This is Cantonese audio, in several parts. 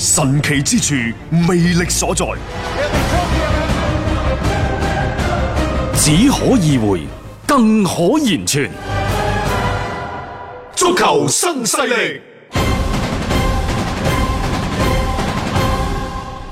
神奇之處，魅力所在，只可意會，更可言傳。足球新勢力，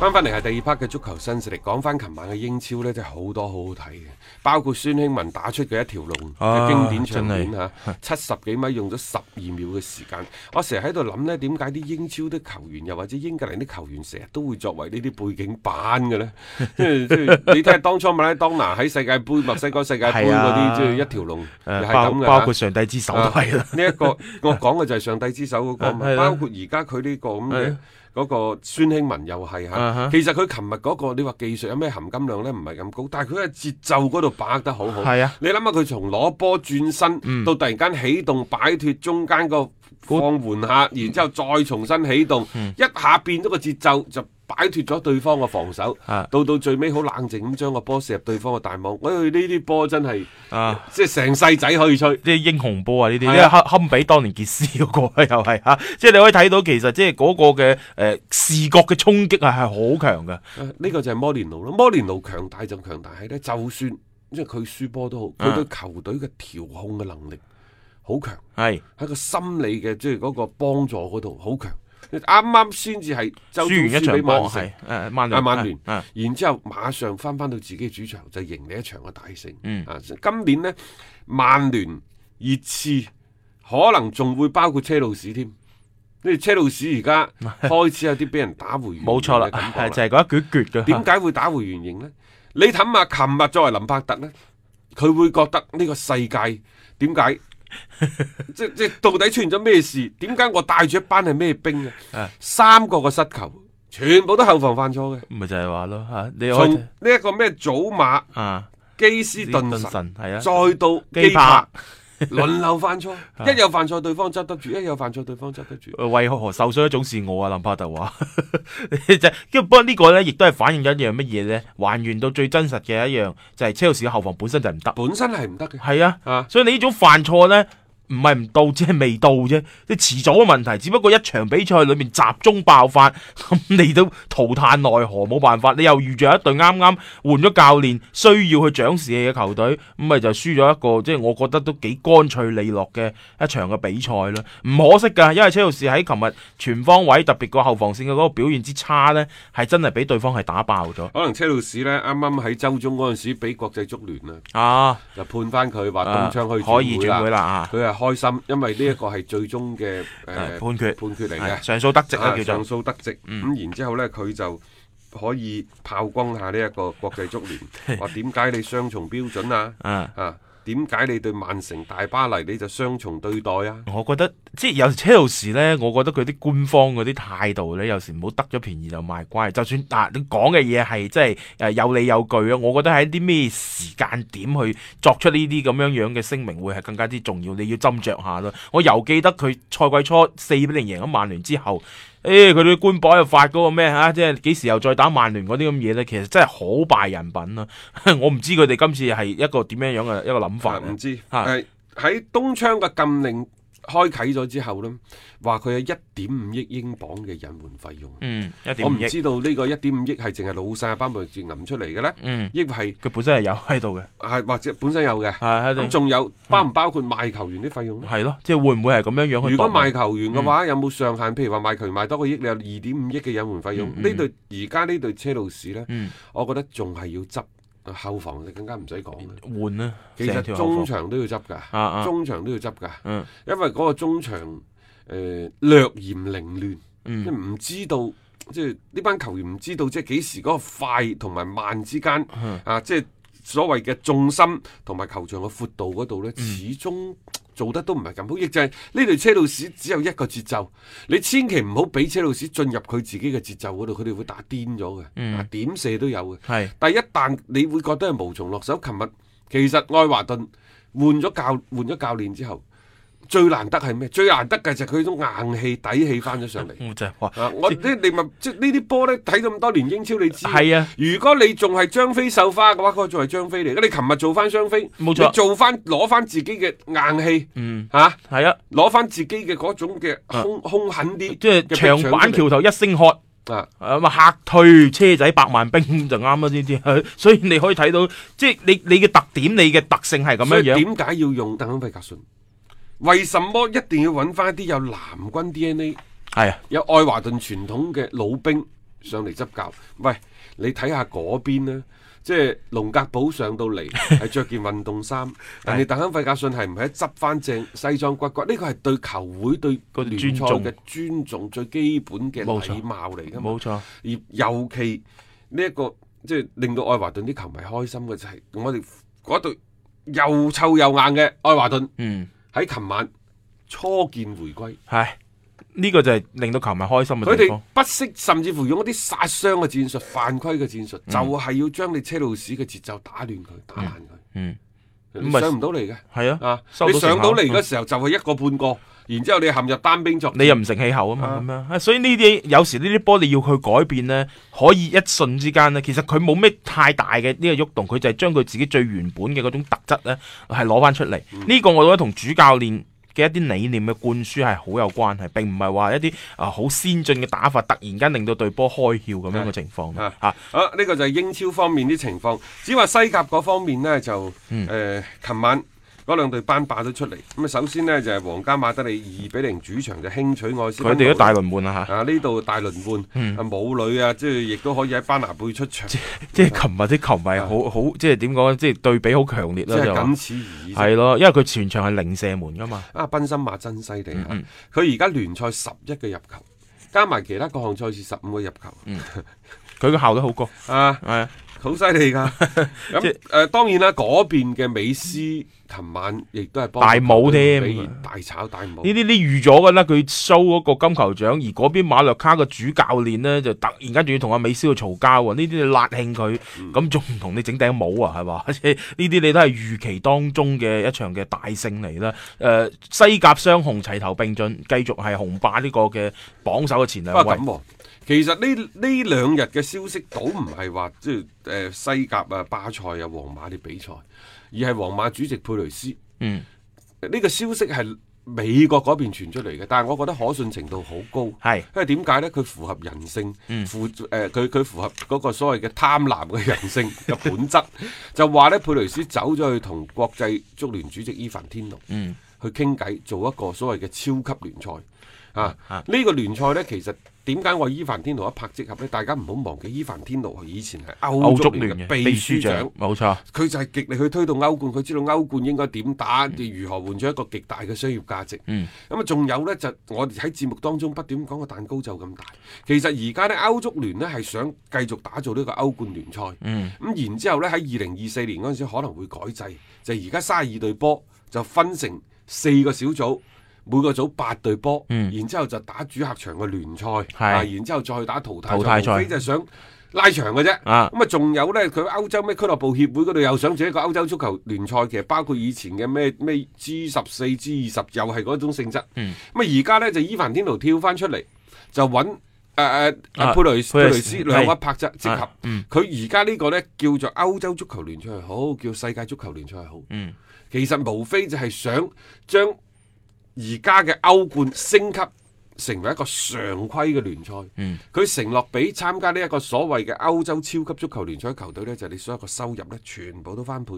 翻翻嚟係第二 part 嘅足球新勢力，講翻琴晚嘅英超呢，真係好多好好睇嘅，包括孫興文打出嘅一條龍嘅啊經典場面真係嚇，七十幾米用咗十二秒嘅時間。我成日喺度諗呢，點解啲英超啲球員又或者英格蘭啲球員成日都會作為呢啲背景板嘅 呢？即係即係你睇下當初馬拉當拿喺世界盃、墨西哥世界盃係嗰啊啲，即係一條龍，又誒係包咁嘅包嚇括上帝之手都啊係啦。啊呢一個我講嘅就係上帝之手嗰個嘛，係係啦包括而家佢呢個咁係嘅啊嗰個孫興文又係啊嚇哈。其實佢琴日嗰個你話技術有咩含金量呢？唔係咁高，但係佢喺節奏嗰度把握得好好。係啊嗯你諗下佢從攞波轉身到突然間起動擺脱中間個放緩下，嗯然之後再重新起動，一下變咗個節奏就。擺脱咗對方嘅防守啊，到到最尾好冷靜咁將個波射入對方嘅大網。我哋呢啲波真係啊，即係成世仔可以吹。即係英雄波啊！呢啲，係啊因為堪堪比當年傑斯嗰個又係嚇， 即係你可以睇到其實即係嗰個嘅誒、呃、視覺嘅衝擊係係好強嘅，啊呢個就係摩連奴咯。摩連奴強大就強大喺咧，就算即係佢輸波都啊好，佢對球隊嘅調控嘅能力好強，係喺個心理嘅即係嗰個幫助嗰度好強。啱啱先至係周中輸完一輸俾場曼波城係。誒曼啊！聯曼聯，啊然之後馬上翻翻到自己主場就迎嚟一場嘅大勝。嗯啊，今年呢，曼聯、熱刺可能仲會包括車路士添。因為車路士而 家開始有啲俾人打回原冇錯啦啊形嘅感，覺係就係嗰一橛 橛嘅。點解會打回原形呢？你諗下，琴日作為林柏特呢，佢會覺得呢個世界點 解？即即到底出現咗咩事？點解我帶住一班係咩兵啊啊？三個個失球，全部都後防犯錯嘅。咪就係話咯嚇，你可從以呢一個咩祖馬、啊，基斯頓基斯頓神神，係啊再到基基帕帕，輪流犯 錯，一有犯錯對方執得住，一有犯錯對方執得住。為何受傷總是我啊？林柏特話， 就因為不過呢個咧，亦都係反映咗一樣乜嘢咧？還原到最真實嘅一樣，就係、車路士嘅後防本身就唔得。本身係唔得嘅。係啊，啊所以你呢種犯錯呢，唔係唔到，只係未到啫，你遲早嘅問題。只不過一場比賽裏面集中爆發，咁你都淘汰奈何，冇辦法。你又遇着一隊啱啱換咗教練，需要去長士氣嘅球隊，咁咪就輸咗一個，即係我覺得都幾乾脆利落嘅一場嘅比賽啦。唔可惜㗎，因為車路士喺琴日全方位，特別個後防線嘅嗰個表現之差呢，係真係俾對方係打爆咗可能車路士呢，啱啱喺周中嗰陣時，俾國際足聯啊啊！就判翻佢話啊東窗可以可以轉轉會啦啊！佢係開心，因為呢一個係最終嘅誒判決判決嚟係嘅，上訴得直啦啊叫做嗯上。訴得直。咁、然之後呢，佢就可以炮轟下呢一個國際足 聯，話點解你雙重標準啊？啊啊，點解你對曼城、大巴黎你就雙重對待啊？我覺得即係有時車路士呢，我覺得佢啲官方嗰啲態度呢，有時唔好得咗便宜就賣乖。就算嗱、你講嘅嘢係即係誒有理有據啊，我覺得喺啲咩時間點去作出呢啲咁樣樣嘅聲明，會係更加之重要。你要斟酌下咯。我又記得佢賽季初四比零贏咗曼聯之後。誒佢哋官博又發嗰個咩嚇、即係幾時又再打曼聯嗰啲咁嘢呢？其實真係好敗人品啦、 我唔知佢哋今次係一個點樣樣嘅一個諗啊法。唔知啊誒喺東窗嘅禁令開啟咗之後呢，話佢有一點五億英鎊嘅引援費用。嗯，一點我五唔億，知道呢個一點五億係淨係老細班布治揞出嚟嘅呢，嗯，抑係佢本身係有喺度嘅。係或者本身有嘅。係咁喺度，仲有包唔包括賣球員啲費用呢？係咯，即係會唔會係咁樣嗯樣去？嗯如果賣，球員嘅話，有冇上限？譬如話賣球員賣多個億，你有二點五億嘅引援費用。嗯嗯呢隊而家呢隊車路士呢，嗯，我覺得仲係要執後防，就更加唔使講啦。換啦，其實成條後中防場都要執啊㗎，啊中場都要執㗎，嗯因為嗰個中場誒、呃略嫌凌亂，即係嗯唔、知道。即係呢班球員唔知道即係幾時嗰個快同埋慢之間、嗯嗯啊，即係所謂嘅重心同埋球場嘅闊度嗰度呢，始終做得都唔係咁好，亦就係呢隊車路士只有一個節奏，你千祈唔好俾車路士進入佢自己嘅節奏嗰度，佢哋會打癲咗嘅，嗯啊點射都有嘅。係但係一旦你會覺得係無從落手，琴日其實愛華頓換咗教換咗教練之後，最難得係咩？最難得嘅就係佢種硬氣底氣翻咗上嚟。我就係話啊！我呢你咪即係呢啲波咧睇咗咁多年英超，你知係啊如果你仲係張飛繡花嘅話，嗰個仲係張飛嚟。咁你琴日做翻張飛，冇錯你做翻攞翻自己嘅硬氣，嗯嚇係啊，攞翻自己嘅嗰種嘅兇兇狠啲，即係長板橋頭一聲喝。橋啊！咁啊，客退車仔百萬兵就啱啦呢啲， 所以你可以睇到，即係你你嘅特點，你嘅特性係咁所樣以樣。點解要用鄧肯費格遜？為什麼一定要揾翻啲有南軍 DNA、係啊，有愛華頓傳統嘅老兵上嚟執教？喂，你睇下嗰邊呢？即係龍格堡上到 嚟係着件運動衫，人哋鄧肯費格遜係唔係一執翻正西裝骨骨？呢個係對球會對嗰啲聯賽尊重嘅尊重最基本嘅冇錯禮貌嚟㗎嘛。冇錯，而尤其呢、一個即係令到愛華頓啲球迷開心嘅就係、我哋嗰隊又臭又硬嘅愛華頓嗯，喺琴晚初見回歸，係呢個就係令到球迷開心佢嘅地哋方。不惜甚至乎用一啲殺傷嘅戰術、犯規嘅戰術，就係要將你車路士嘅節奏打亂佢、打爛佢。嗯嗯，你咪上唔到嚟嘅係啊，啊！收你到成上到嚟效嘅時候就係一個半個，然之後你陷入單兵作戰你又唔成氣候啊嘛，咁樣啊，所以呢啲有時呢啲波你要佢改變呢，可以一瞬之間呢，其實佢冇咩太大嘅呢個喐動，佢就係將佢自己最原本嘅嗰種特質呢，係攞翻出嚟。嗯呢個我覺得同主教練嘅一啲理念嘅灌輸係好有關係，並唔係話一啲啊好先進嘅打法突然間令到對波開竅咁樣嘅情況啊啊。啊！呢、個就係英超方面啲情況。只話西甲嗰方面呢，就誒，嗯呃琴、晚嗰兩隊班霸都出嚟。咁啊，首先呢，就係、皇家馬德里二比零主場就輕取愛斯賓佢奴哋都大輪換啦嚇，啊！呢度大輪換，啊母女啊，即係亦都可以喺班拿貝出場，即即係琴日啲球迷好好即係點講呢即係對比好強烈啦，啊係就話僅此而已啫。係咯，因為佢全場係零射門噶嘛，啊，賓森馬真犀利嚇！嗯佢而家聯賽十一個入球，加埋其他各項賽事十五個入球，佢個效率好高，啊！嗯係啊，好犀利 㗎！咁即誒、呃、當然啦，嗰邊嘅美斯琴晚亦都係幫大舞添俾大炒大舞。呢啲啲預咗㗎啦，佢 show 嗰個金球獎，而嗰邊馬略卡嘅主教練呢，就突然間仲要同阿美斯去嘈交喎，呢啲你辣興佢，嗯咁仲唔同你整頂帽啊，係嘛？ 即係呢啲你都係預期當中嘅一場嘅大勝嚟啦。誒、西甲雙雄齊頭並進，繼續係紅霸呢個嘅榜首嘅前兩不過位咁。喎，其實呢呢兩日嘅消息倒唔係話即係誒西甲啊、巴塞啊、皇馬啲比賽，而係皇馬主席佩雷斯呢、嗯，個消息係美國嗰邊傳出嚟嘅，但係我覺得可信程度好高。係嗯因為點解呢？佢符合人性，符誒佢佢符合嗰個所謂嘅貪婪嘅人性 嘅本質，就話呢，佩雷斯走咗去同國際足聯主席伊凡天奴、嗯去傾偈，做一個所謂嘅超級聯賽啊！呢、個聯賽呢，其實點解我伊凡天奴一拍即合呢？大家唔好忘記伊凡天奴以前係歐歐足足聯聯嘅嘅秘秘書書長長，。冇錯。佢就係極力去推動歐冠，佢知道歐冠應該點打，嗯如何換取一個極大嘅商業價值。咁啊，仲有呢，就我哋喺節目當中不斷講個蛋糕就咁大。其實而家呢，歐足聯呢係想繼續打造呢個歐冠聯賽。咁、嗯然之後呢，喺二零二四年嗰陣時可能會改制，就而家三十二隊波就分成四個小組。每個組八隊波，嗯然之後就打主客場嘅聯賽，啊然之後再去打淘汰淘汰無非賽就係想拉長嘅啫。啊咁啊，仲有呢，佢歐洲咩俱樂部協會嗰度又想做一個歐洲足球聯賽，其實包括以前嘅咩咩 G 十四、G 二十，又係嗰種性質。嗯咁啊，而家呢，就伊凡天奴跳翻出嚟，就揾誒啊誒佩雷斯佩佩雷雷斯斯兩係個拍質即合。佢而家呢個呢，叫做歐洲足球聯賽又好，叫世界足球聯賽又好。其實無非就係想將而家嘅歐冠升級成為一個常規嘅聯賽。佢、承諾俾參加呢一個所謂嘅歐洲超級足球聯賽球隊呢，就係你所有嘅收入呢，全部都翻倍，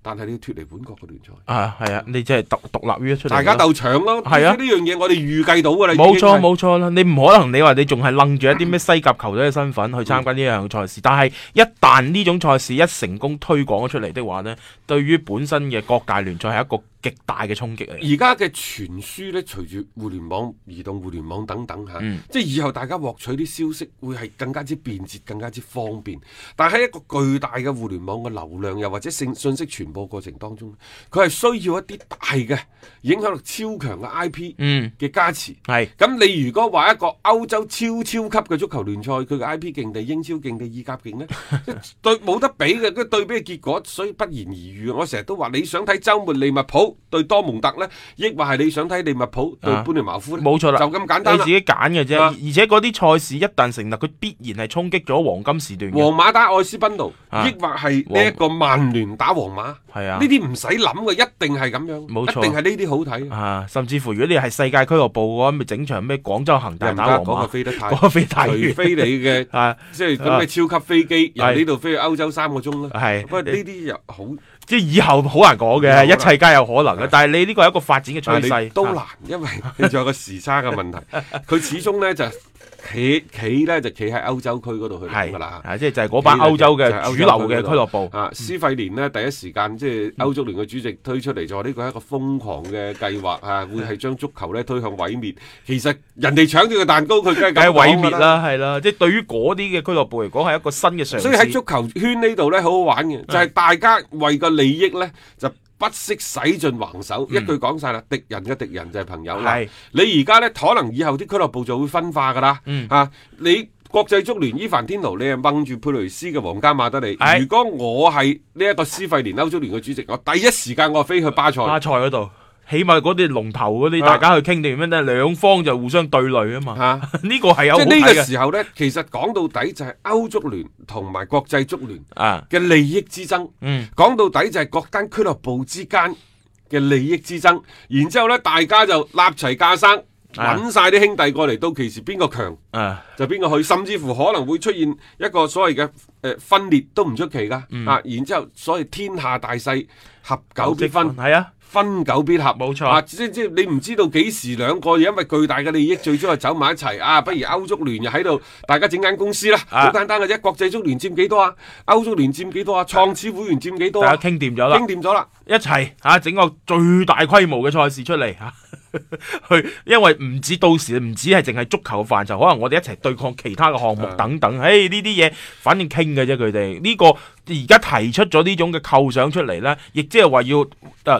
但係你要脱離本國嘅聯賽。啊，係啊，你真係獨獨立於一出嚟大啦。家鬥搶咯，係啊呢樣嘢我哋預計到㗎啦，已經冇錯係冇錯啦，你唔可能你話你仲係楞住一啲咩西甲球隊嘅身份去參加呢樣賽事，但係一旦呢種賽事一成功推廣咗出嚟的話呢對於本身嘅各大聯賽係一個極大嘅衝擊嚟。而家嘅傳輸呢，隨住互聯網、移動互聯網等等嚇，即係以後大家獲取啲消息會係更加之便捷、更加之方便。但係喺一個巨大嘅互聯網嘅流量，又或者信信息傳播過程當中，佢係需要一啲大嘅影響力超強嘅 I P 嘅加持。係咁，你如果話一個歐洲超超級嘅足球聯賽，佢嘅 I P 競地、英超競地、意甲競 呢，即係對冇得比嘅，佢對比嘅結果，所以不言而喻。我成日都話，你想睇週末利物浦對多蒙特呢，抑或係你想睇利物浦對啊班尼茅夫呢？冇錯啦，就咁簡單你啦自。己揀嘅啫。啊而且嗰啲賽事一旦成立，佢必然係衝擊咗黃金時段皇嘅。馬打愛斯賓奴，啊抑或係呢一個曼聯打皇馬，係啊呢啲唔使諗嘅，一定係咁樣，冇錯一定係呢啲好睇。啊，甚至乎如果你係世界俱樂部嘅話，咪整場咩廣州恒大人家打嗰個皇馬，飛得太，嗰個飛太除遠非你 嘅啊，即係咁嘅超級飛機，由係呢度飛去歐洲三個鐘啦。係不過呢啲又好，即係以後好難講嘅，好難一切皆有可能嘅。但係你呢個係一個發展嘅趨但係勢你，都啊難，因 為你仲有個時差嘅問題。佢始終咧就企企咧就企喺歐洲區嗰度去諗㗎係啦。啊，即係就係嗰班歐洲嘅就係歐主區流嘅嗰度俱樂部。嗯啊，施費連呢，第一時間即係歐足聯嘅主席推出嚟，就話呢個係一個瘋狂嘅計劃啊，會係將足球呢推向毀滅。其實人哋搶咗個蛋糕，佢梗係梗係咁毀講㗎滅。啦，係啦，即係對於嗰啲嘅俱樂部嚟講係一個新嘅嘗試。所以喺足球圈呢度呢，好好玩嘅，就係大家為個利益呢，就不惜使盡橫手。一句講晒啦，敵人嘅敵人就係朋友啦係。你而家呢，可能以後啲俱樂部就會分化㗎啦。嗯啊，你國際足聯伊凡天奴，你係掹住佩雷斯嘅皇家馬德里。係如果我係呢一個斯費連歐足聯嘅主席，我第一時間我飛去巴塞。巴塞嗰度，起碼嗰啲龍頭嗰啲啊大家去傾掂咩咧，兩方就互相對壘啊嘛。啊 呢個係有即係好呢睇個嘅時候呢，其實講到底就係歐足聯同埋國際足聯啊，嘅利益之爭。嗯，講到底就係各間俱樂部之間嘅利益之爭，然之後呢，大家就立齊架生，啊揾晒啲兄弟過嚟，到其時邊個強啊，就邊個去，甚至乎可能會出現一個所謂嘅誒分裂都唔出奇㗎。啊，然之後所謂天下大勢合久必分。係啊，分久必合，冇錯啊！即即你唔知道幾時兩個因為巨大嘅利益，最終係走埋一齊啊！不如歐足聯又喺度，大家整間公司啦，好、啊簡單嘅啫。國際足聯佔幾多啊？歐足聯佔幾多啊？創始會員佔幾多大啊？家傾掂咗啦傾，掂咗啦。一齊啊整個最大規模嘅賽事出嚟吓， 去因為唔止到時唔止係淨係足球嘅範疇，可能我哋一齊對抗其他嘅項目啊等等。誒呢啲嘢，反正傾嘅啫，佢哋呢個而家提出咗呢種嘅構想出嚟咧，亦即係話要誒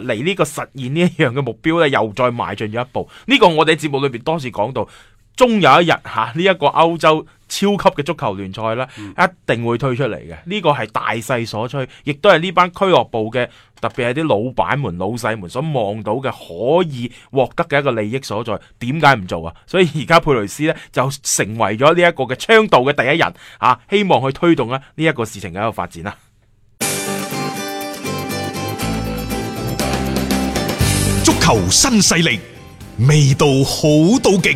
嚟呢個實現呢一樣嘅目標咧，又再邁進咗一步。呢、個我哋喺節目裏邊多次講到。終有一日吓，呢、一個歐洲超級嘅足球聯賽咧，一定會推出嚟嘅。呢個係大勢所趨，亦都係呢班俱樂部嘅，特別係啲老闆們、老細們所望到嘅可以獲得嘅一個利益所在。點解唔做啊？所以而家佩雷斯咧就成為咗呢一個嘅倡導嘅第一人啊，希望去推動咧呢一個事情嘅一個發展啦。足球新勢力，味道好到極。